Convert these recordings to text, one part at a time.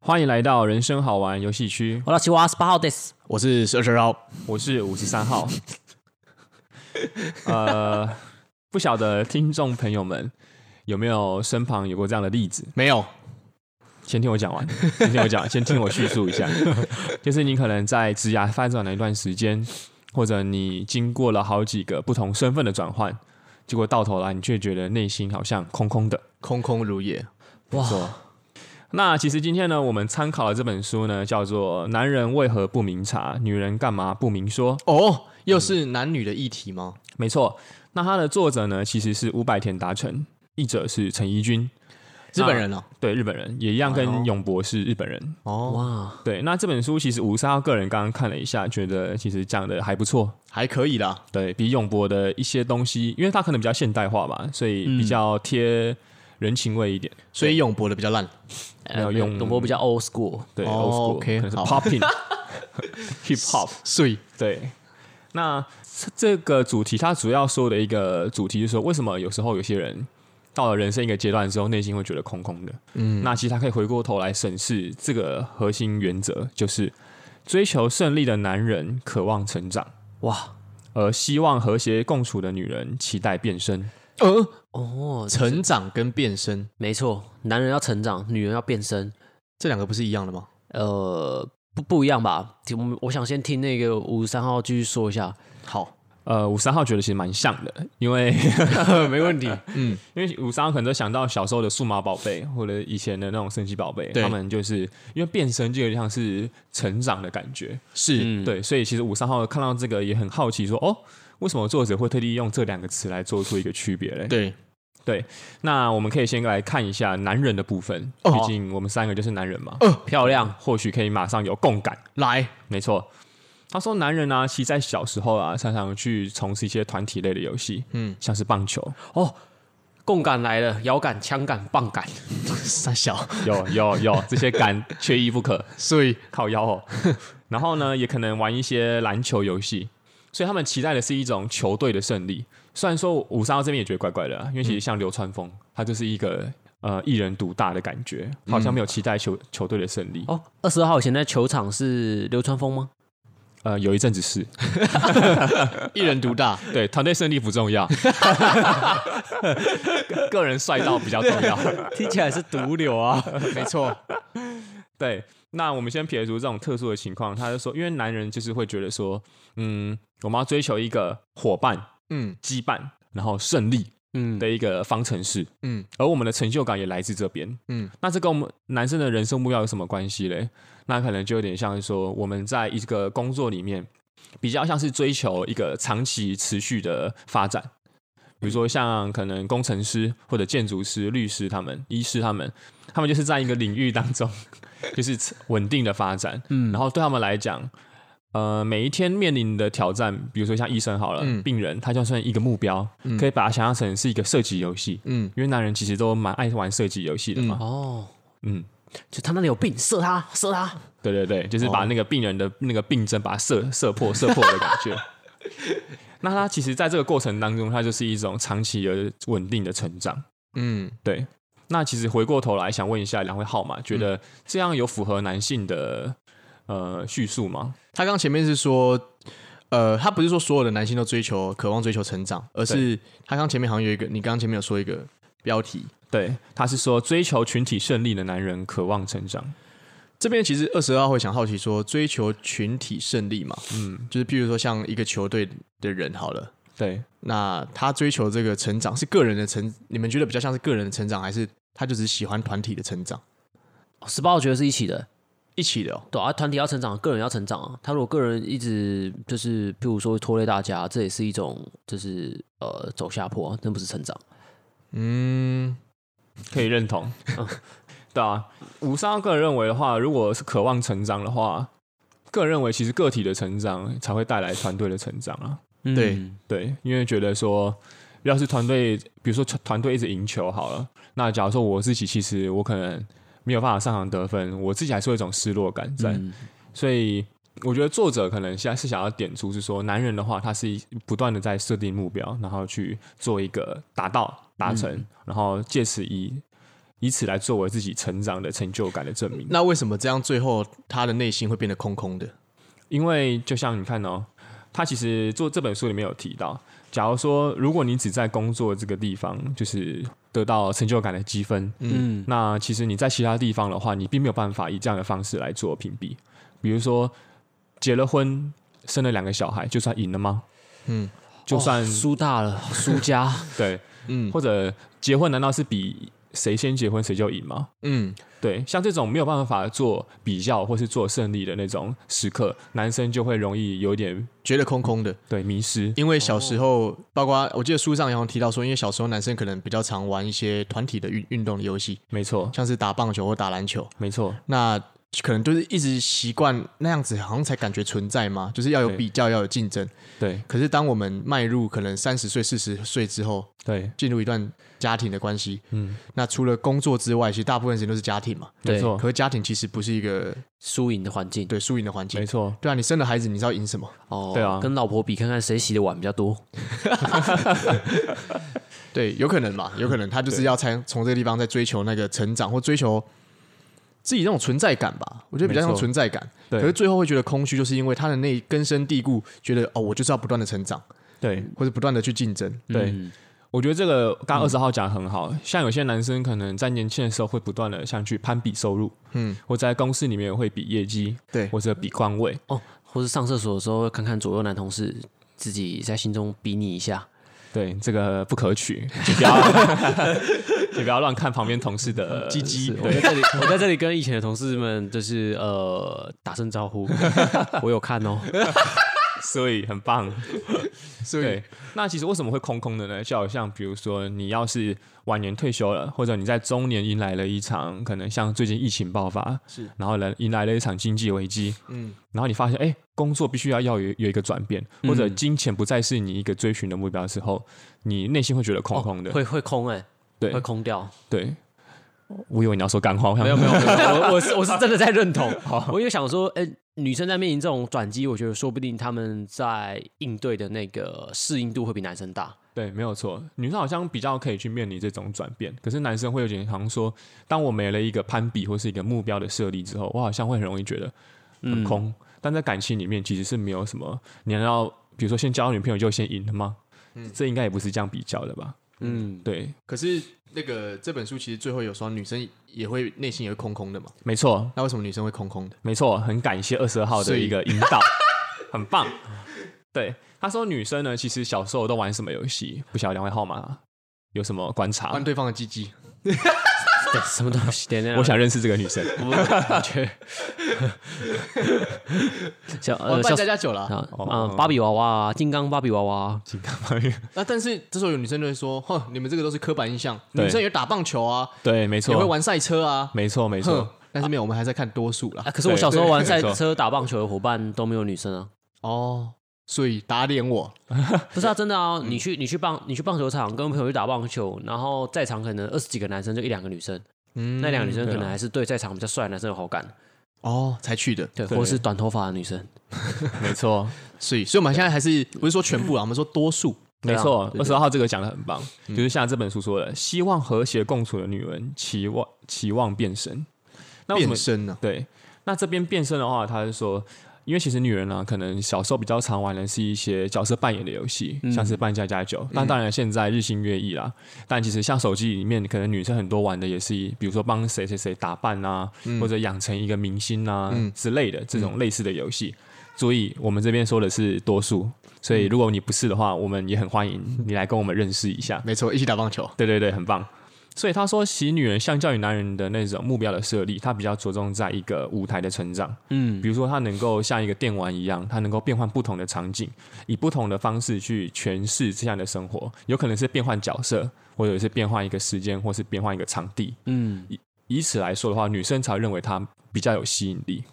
欢迎来到人生好玩游戏区，我到七五二十八号 this，我是二十号，我是五十三号。呃，不晓得听众朋友们有没有身旁有过这样的例子？没有，先听我讲完，先听我讲，先听我叙述一下。就是你可能在职涯发展了一段时间，或者你经过了好几个不同身份的转换，结果到头来你却觉得内心好像空空的。空空如也。哇！那其实今天呢，我们参考的这本书呢，叫做《男人为何不明察，女人干嘛不明说》。哦，又是男女的议题吗？没错，那它的作者呢，其实是五百田达成，译者是陈怡君，日本人哦，对，日本人，也一样哎跟呦永博是日本人。哦，哇，对，那这本书其实五三号个人刚刚看了一下，觉得其实讲的还不错，还可以啦。对比永博的一些东西，因为它可能比较现代化吧，所以嗯比较贴人情味一点。所以永博的比较烂，没呃有用董博比较 old school，对、哦 old school， OK，可能是好 popping hip hop。所以对，那这这个主题，它主要说的一个主题就是说，为什么有时候有些人到了人生一个阶段之后，内心会觉得空空的？嗯，那其实他可以回过头来审视这个核心原则，就是追求胜利的男人渴望成长，哇，而希望和谐共处的女人期待变身。呃，哦，成长跟变身没错，男人要成长，女人要变身，这两个不是一样的吗？呃，不不一样吧？我们我想先听那个五十三号继续说一下，好，呃，五三号觉得其实蛮像的，因为 没问 题，嗯，因为五三号可能都想到小时候的数码宝贝或者以前的那种神奇宝贝，对他们就是因为变身就有点像是成长的感觉，是嗯对，所以其实五三号看到这个也很好奇说，哦，为什么作者会特地用这两个词来做出一个区别嘞？对，那我们可以先来看一下男人的部分，哦毕竟我们三个就是男人嘛，漂亮，或许可以马上有共感。来，没错，他说男人啊，其实在小时候啊，常常去从事一些团体类的游戏，嗯，像是棒球，共感来了，摇杆、枪杆、棒 杆，三小，有有有，这些杆缺一不可，所以靠腰哦。 然后呢，也可能玩一些篮球游戏，所以他们期待的是一种球队的胜利。虽然说五三幺这边也觉得怪怪的啊、因为其实像流川枫，他就是一个呃一人独大的感觉，好像没有期待球球队的胜利。哦，二十二号以前在球场是流川枫吗？呃，有一阵子是一人独 大，对团队胜利不重要， 个个人帅到比较重要。听起来是毒瘤啊！ 没错，对，那我们先撇除这种特殊的情况，他就说，因为男人就是会觉得说，嗯，我们要追求一个伙伴、嗯羁绊，然后胜利嗯，的一个方程式，嗯而我们的成就感也来自这边。嗯，那这跟我们男生的人生目标有什么关系嘞？那可能就有点像是说，我们在一个工作里面，比较像是追求一个长期持续的发展。比如说，像可能工程师或者建筑师、律师他们、医师他们，他们就是在一个领域当中， 就是稳定的发展。嗯，然后对他们来讲，呃，每一天面临的挑战，比如说像医生好了，嗯病人他就算一个目标，可以把它想象成是一个射击游戏。嗯，因为男人其实都蛮爱玩射击游戏的嘛。哦，嗯，就他那里有病，射他，射他，对对对，就是把那个病人的那个病症把它射射破、射破的感觉。那他其实在这个过程当中，他就是一种长期而稳定的成长。嗯，对，那其实回过头来想问一下两位号码，觉得这样有符合男性的呃叙述吗？他刚前面是说，呃，他不是说所有的男性都追求、渴望追求成长，而是他刚前面好像有一个，你刚刚前面有说一个标题，对，他是说追求群体胜利的男人渴望成长。这边其实二十二会想好奇说，追求群体胜利嘛，嗯，就是譬如说像一个球队的人好了，对，那他追求这个成长是个人的成，你们觉得比较像是个人的成长，还是他就只喜欢团体的成长？哦十八号觉得是一起的，一起的哦，对啊，团体要成长，个人要成长啊。他如果个人一直就是，譬如说拖累大家，这也是一种就是呃走下坡、啊，那不是成长。嗯，可以认同。 对啊，五三个人认为的话，如果是渴望成长的话，个人认为其实个体的成长才会带来团队的成长啊。对嗯对，因为觉得说，要是团队，比如说团团队一直赢球好了，那假如说我自己其实我可能没有办法上场得分，我自己还是会有一种失落感在。嗯所以我觉得作者可能现在是想要点出，是说男人的话，他是不断的在设定目标，然后去做一个达到达成，然后借此以以此来作为自己成长的成就感的证明。那为什么这样最后他的内心会变得空空的？因为就像你看哦，他其实做这本书里面有提到，假如说如果你只在工作这个地方就是得到成就感的积分，嗯，那其实你在其他地方的话，你并没有办法以这样的方式来做屏蔽。比如说结了婚，生了两个小孩，就算赢了吗？嗯，就算、哦输大了，输 家，对，嗯或者结婚难道是比谁先结婚谁就赢吗？嗯，对，像这种没有办法做比较或是做胜利的那种时刻，男生就会容易有点觉得空空的。对迷失。因为小时候，包括我记得书上也有提到说，因为小时候男生可能比较常玩一些团体的运运动的游戏，没错，像是打棒球或打篮球，没错，那可能就是一直习惯那样子，好像才感觉存在嘛，就是要有对比较，要有竞争。对可是当我们迈入可能三十岁、四十岁之后，对，进入一段家庭的关系，嗯，那除了工作之外，其实大部分时间都是家庭嘛。没对错，可是家庭其实不是一个输赢的环境。对输赢的环没境。错，对啊，你生了孩子，你知道赢什么？哦，对啊跟老婆比，看看谁洗的碗比较多。对，有可 能嘛，有可能他就是要才从这个地方在追求那个成长或追求自己那种存在感吧。我觉得比较没错像存在感，对可是最后会觉得空虚，就是因为他的那根深蒂固，觉得哦，我就是要不断的成长，对或者不断的去竞争。对。嗯我觉得这个刚二十号讲得很好，像有些男生可能在年轻的时候会不断的想去攀比收入，嗯，或在公司里面会比业绩，对或者比官位，哦，或是上厕所的时候看看左右男同事，自己在心中比拟一下。对，这个不可取，请不要，请不要乱看旁边同事的鸡鸡，我在这里，我在这里跟以前的同事们就是呃打声招 呼，我有看哦。所以很棒。所以对，那其实为什么会空空的呢？就好像比如说，你要是晚年退休了，或者你在中年迎来了一场可能像最近疫情爆发，是，然后呢迎来了一场经济危机，嗯，然后你发现，哎，工作必须要要有有一个转变，嗯或者金钱不再是你一个追寻的目标的时候，你内心会觉得空空的。哦会会空哎、对会空掉。对，我以为你要说干话，我想没有没有，没有我我是我是真的在认同。我也想说，哎、女生在面临这种转机，我觉得说不定她们在应对的那个适应度会比男生大。对，没有错，女生好像比较可以去面临这种转变，可是男生会有点好像说，当我没了一个攀比或是一个目标的设立之后，我好像会很容易觉得很空。但在感情里面其实是没有什么，你难道比如说先交女朋友就先赢了吗？这应该也不是这样比较的吧？嗯，对，可是那个这本书其实最后有说，女生也会内心也会空空的嘛。没错，那为什么女生会空空的？没错，很感谢二十二号的一个引导，很棒。对，他说女生呢，其实小时候都玩什么游戏？不晓得两位号码有什么观察啊换？对方的鸡鸡，对什么东西？等等，我想认识这个女生。去小玩呃扮小家家酒啦。啊哦啊，芭比娃娃啊，金刚芭比娃娃啊，那但是这时候有女生就会说：“哼，你们这个都是刻板印象，对女生也打棒球啊， 对，没也会错，玩赛车啊。”没 错，没错哼。，但是没有，我们还在看多数啦啊。可是我小时候玩对赛没错车、打棒球的伙伴都没有女生啊。哦，所以打脸我，不是啊，真的啊！你去你去棒你去棒球场跟朋友去打棒球，然后在场可能二十几个男生就一两个女生，嗯那两个女生可对啊能还是对在场比较帅的男生有好感，哦才去的，对，对或者是短头发的女生。啊没错，所以所以我们现在还是不是说全部啊，我们说多数，没错。对嗯二啊十号这个讲的很棒，就是像这本书说的，希望和谐共处的女人，期望期望变身。那我变们身啊呢，对，那这边变身的话，他是说，因为其实女人呢、啊可能小时候比较常玩的是一些角色扮演的游戏，像是扮家家酒。那、当然现在日新月异啦，但其实像手机里面，可能女生很多玩的也是，比如说帮谁谁谁打扮啊，或者养成一个明星啊、之类的这种类似的游戏。注意，我们这边说的是多数，所以如果你不是的话，我们也很欢迎你来跟我们认识一下。没错，一起打棒球，对对对，很棒。所以他说，其实女人相较于男人的那种目标的设立，她比较着重在一个舞台的成长。嗯，比如说她能够像一个电玩一样，她能够变换不同的场景，以不同的方式去诠释这样的生活，有可能是变换角色，或者是变换一个时间，或是变换一个场地。嗯，以此来说的话，女生才认为她比较有吸引力。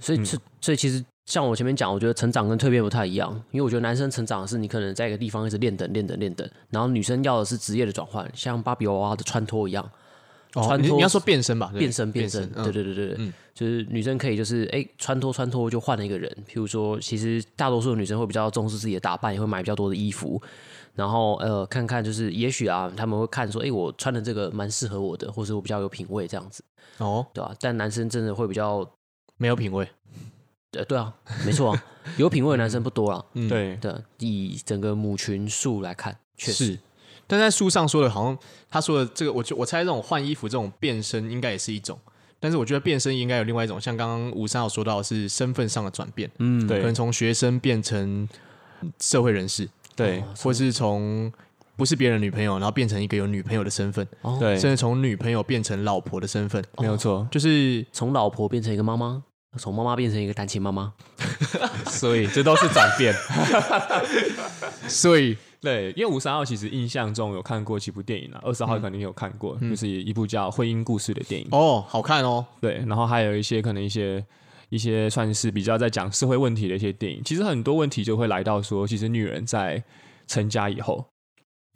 所以这所以其实像我前面讲，我觉得成长跟蜕变不太一样，因为我觉得男生成长是你可能在一个地方一直练等练等练等，然后女生要的是职业的转换，像芭比娃娃的穿脱一样，哦，穿你脱你要说变身吧，对变身变身，对嗯对对对，对嗯就是女生可以就是哎、穿脱穿脱就换了一个人，譬如说其实大多数的女生会比较重视自己的打扮，也会买比较多的衣服，然后呃，看看就是也许啊，他们会看说，哎、我穿的这个蛮适合我的，或者我比较有品味这样子，哦，对吧、但男生真的会比较，没有品味，呃，对啊，没错啊，有品味的男生不多啦。嗯，对，对，以整个母群数来看，确实是。但在书上说的，好像他说的这个，我就我猜这种换衣服这种变身应该也是一种，但是我觉得变身应该有另外一种，像刚刚吴三有说到的是身份上的转变，嗯，对可能从学生变成社会人士，对，或是从不是别人的女朋友，然后变成一个有女朋友的身份，哦对甚至从女朋友变成老婆的身份，哦没有错。就是从老婆变成一个妈妈，从妈妈变成一个单亲妈妈， 所以这都是转变。 所以对，因为五十号其实印象中有看过几部电影啊，二十号肯定有看过，就是一部叫《婚姻故事》的电影。哦，好看哦，对，然后还有一些可能一些一些算是比较在讲社会问题的一些电影。其实很多问题就会来到说，其实女人在成家以后，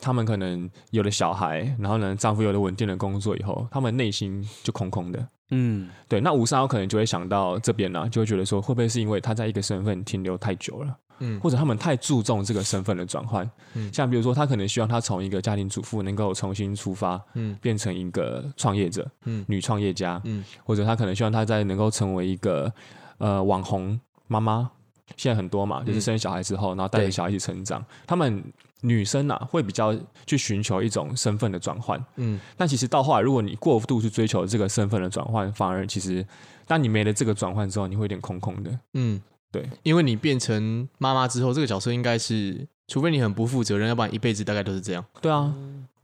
她们可能有了小孩，然后呢，丈夫有了稳定的工作以后，她们内心就空空的。嗯，对，那吴三可能就会想到这边呢、就会觉得说，会不会是因为她在一个身份停留太久了？嗯或者他们太注重这个身份的转换，嗯像比如说，她可能希望她从一个家庭主妇能够重新出发，嗯变成一个创业者，嗯女创业家，嗯或者她可能希望她在能够成为一个呃网红妈妈。现在很多嘛，就是嗯生小孩之后，然后带着对小孩一起成长。她们女生啊，会比较去寻求一种身份的转换。嗯，但其实到后来，如果你过度去追求这个身份的转换，反而其实当你没了这个转换之后，你会有点空空的。嗯，对，因为你变成妈妈之后，这个角色应该是，除非你很不负责任，要不然一辈子大概都是这样。对啊，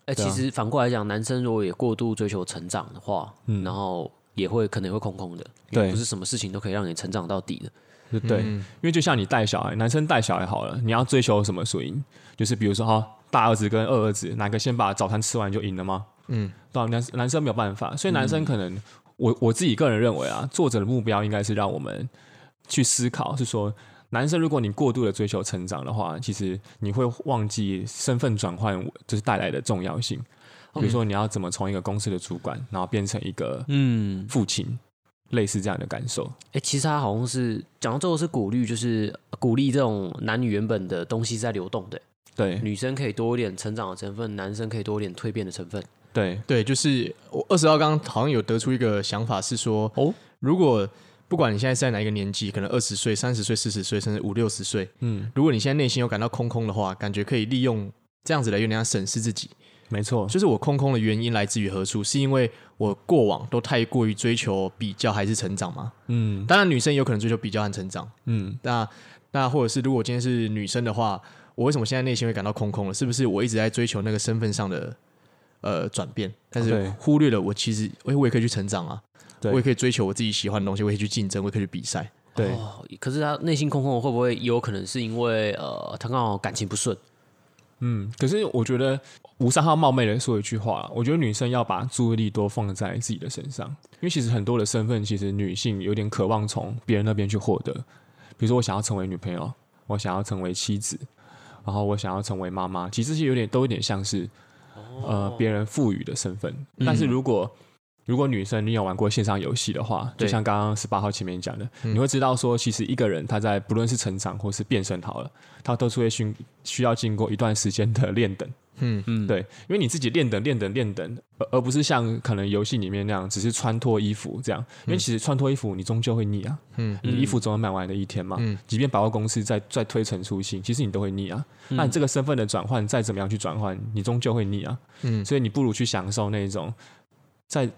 哎、对其啊实反过来讲，男生如果也过度追求成长的话，嗯然后也会可能会空空的，因为对不是什么事情都可以让你成长到底的，对对，嗯因为就像你带小孩，男生带小孩好了，你要追求什么输赢？就是比如说哈、哦大儿子跟二儿子哪个先把早餐吃完就赢了吗？嗯，对啊、男男生没有办法，所以男生可能、我我自己个人认为啊，作者的目标应该是让我们去思考，是说男生如果你过度的追求成长的话，其实你会忘记身份转换就是带来的重要性。比如说你要怎么从一个公司的主管，然后变成一个嗯，父亲，类似这样的感受。哎、其实他好像是讲到最后是鼓励，就是鼓励这种男女原本的东西是在流动的，对女生可以多一点成长的成分，男生可以多一点蜕变的成分。对对，就是我二十号刚刚好像有得出一个想法是说，哦，如果不管你现在是在哪一个年纪，可能二十岁、三十岁、四十岁，甚至五六十岁，嗯，如果你现在内心有感到空空的话，感觉可以利用这样子来有点像审视自己，没错，就是我空空的原因来自于何处？是因为我过往都太过于追求比较还是成长吗？嗯当然，女生有可能追求比较和成长。嗯，那那或者是如果今天是女生的话，我为什么现在内心会感到空空了？是不是我一直在追求那个身份上的呃转变，但哦对是忽略了我其实我我也可以去成长啊，对我也可以追求我自己喜欢的东西，我也可以去竞争，我也可以去比赛。对，哦，可是他内心空空，会不会也有可能是因为呃，他刚好感情不顺？嗯，可是我觉得吴三号冒昧的说一句话啦，我觉啊得女生要把注意力多放在自己的身上，因为其实很多的身份，其实女性有点渴望从别人那边去获得，比如说我想要成为女朋友，我想要成为妻子，然后我想要成为妈妈，其实是有点都有点像是呃别人赋予的身份，但是如果、如果女生你有玩过线上游戏的话，就对像刚刚十八号前面讲的，你会知道说，其实一个人他在不论是成长或是变身好了，他都是会需需要经过一段时间的练等。 嗯嗯，对，因为你自己练等、练等、练等，而而不是像可能游戏里面那样，只是穿脱衣服这样。因为其实穿脱衣服，你终究会腻啊。嗯你衣服总有买完的一天嘛。嗯即便百货公司再再推陈出新，其实你都会腻啊。嗯嗯那你这个身份的转换，再怎么样去转换，你终究会腻啊。嗯所以你不如去享受那种在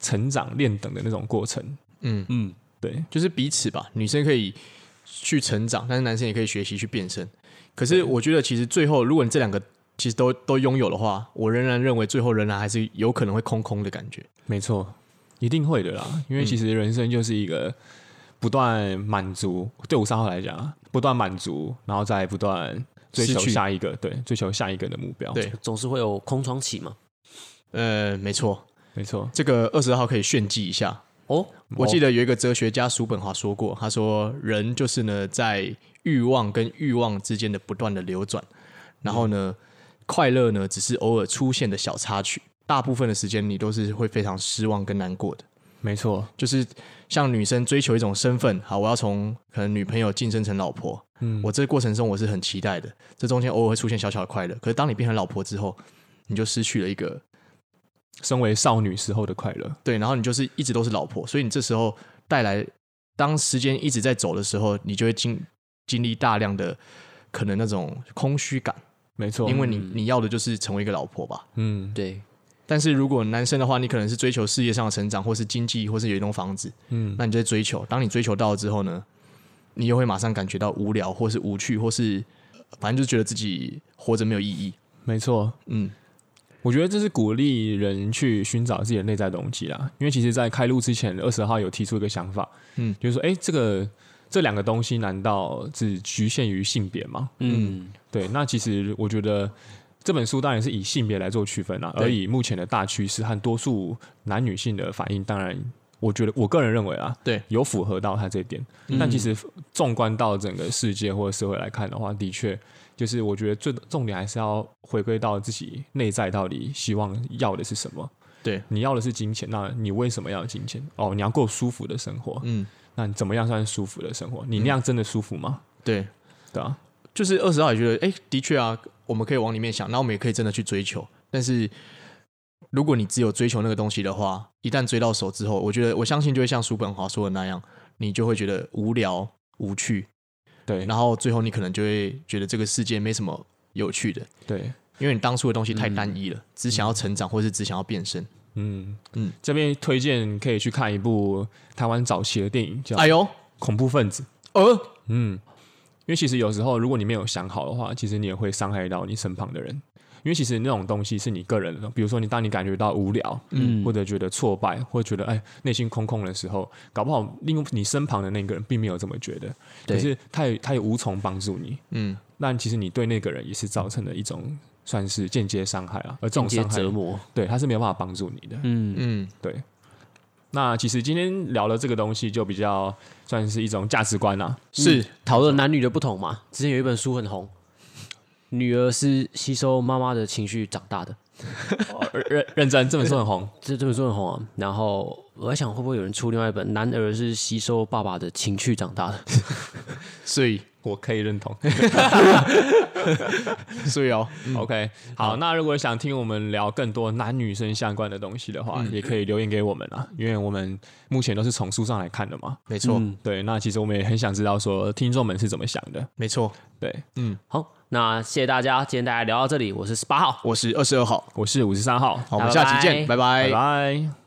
成长练等的那种过程。嗯，嗯，对，就是彼此吧，女生可以去成长，但是男生也可以学习去变身。可是我觉得其实最后，如果你这两个其实都都拥有的话，我仍然认为最后仍然还是有可能会空空的感觉。没错，一定会的啦。因为嗯其实人生就是一个不断满足，对五三号来讲啊，不断满足，然后再不断追求失去下一个，对，追求下一个的目标。对，总是会有空窗期嘛。呃，没错，没错，这个二十号可以炫技一下。哦，我记得有一个哲学家叔本华说过，他说人就是呢在欲望跟欲望之间的不断的流转，然后呢，快乐呢只是偶尔出现的小插曲，大部分的时间你都是会非常失望跟难过的。没错，就是像女生追求一种身份，好，我要从可能女朋友晋升成老婆，嗯，我这个过程中我是很期待的，这中间偶尔会出现小小的快乐，可是当你变成老婆之后，你就失去了一个身为少女时候的快乐，对，然后你就是一直都是老婆，所以你这时候带来，当时间一直在走的时候，你就会经经历大量的可能那种空虚感，没错，因为你嗯你要的就是成为一个老婆吧。嗯，对，但是如果男生的话，你可能是追求事业上的成长，或是经济，或是有一栋房子，嗯，那你就在追求。当你追求到了之后呢，你又会马上感觉到无聊，或是无趣，或是呃反正就觉得自己活着没有意义。没错，嗯，我觉得这是鼓励人去寻找自己的内在动机啦，因为其实，在开录之前，二十号有提出一个想法，嗯就是说，哎、这个这两个东西难道只局限于性别吗？嗯，对，那其实我觉得这本书当然是以性别来做区分啦，啊对而以目前的大趋势和多数男女性的反应，当然，我觉得我个人认为啊，对嗯有符合到他这一点。但其实纵观到整个世界或者社会来看的话，的确就是我觉得最重点还是要回归到自己内在到底希望要的是什么。对，你要的是金钱，那你为什么要有金钱？哦，你要过舒服的生活，嗯，那你怎么样算舒服的生活？你那样真的舒服吗？对，对啊，就是二十号也觉得，哎、的确啊，我们可以往里面想，那我们也可以真的去追求。但是，如果你只有追求那个东西的话，一旦追到手之后，我觉得我相信就会像叔本华说的那样，你就会觉得无聊无趣，对然后最后你可能就会觉得这个世界没什么有趣的，对。因为你当初的东西太单一嗯了，只想要成长或是只想要变身。嗯嗯嗯，这边推荐可以去看一部台湾早期的电影，叫啊哎《呦，恐怖分子》。呃，嗯，因为其实有时候如果你没有想好的话，其实你也会伤害到你身旁的人。因为其实那种东西是你个人的，比如说你当你感觉到无聊，嗯，嗯或者觉得挫败，或者觉得哎内心空空的时候，搞不好另你身旁的那个人并没有这么觉得，可对是他也他也无从帮助你，嗯，那其实你对那个人也是造成了一种算是间接伤害啊，而这间种接伤害折磨，对他是没有办法帮助你的，嗯，嗯，对，那其实今天聊的这个东西，就比较算是一种价值观啦、是，讨论男女的不同嘛。之前有一本书很红，女儿是吸收妈妈的情绪长大的，认认真，这本书很红。这这本书很红啊。然后我在想，会不会有人出另外一本《男儿是吸收爸爸的情绪长大的》？所以， 我可以认同。嗯所以哦， OK，好，那如果想听我们聊更多男女生相关的东西的话，也可以留言给我们啊，因为我们目前都是从书上来看的嘛。没错，嗯对，那其实我们也很想知道说听众们是怎么想的。没错，对，好，那谢谢大家，今天大家聊到这里，我是十八号，我是二十二号，我是五十三号，好，我们下期见，拜拜拜。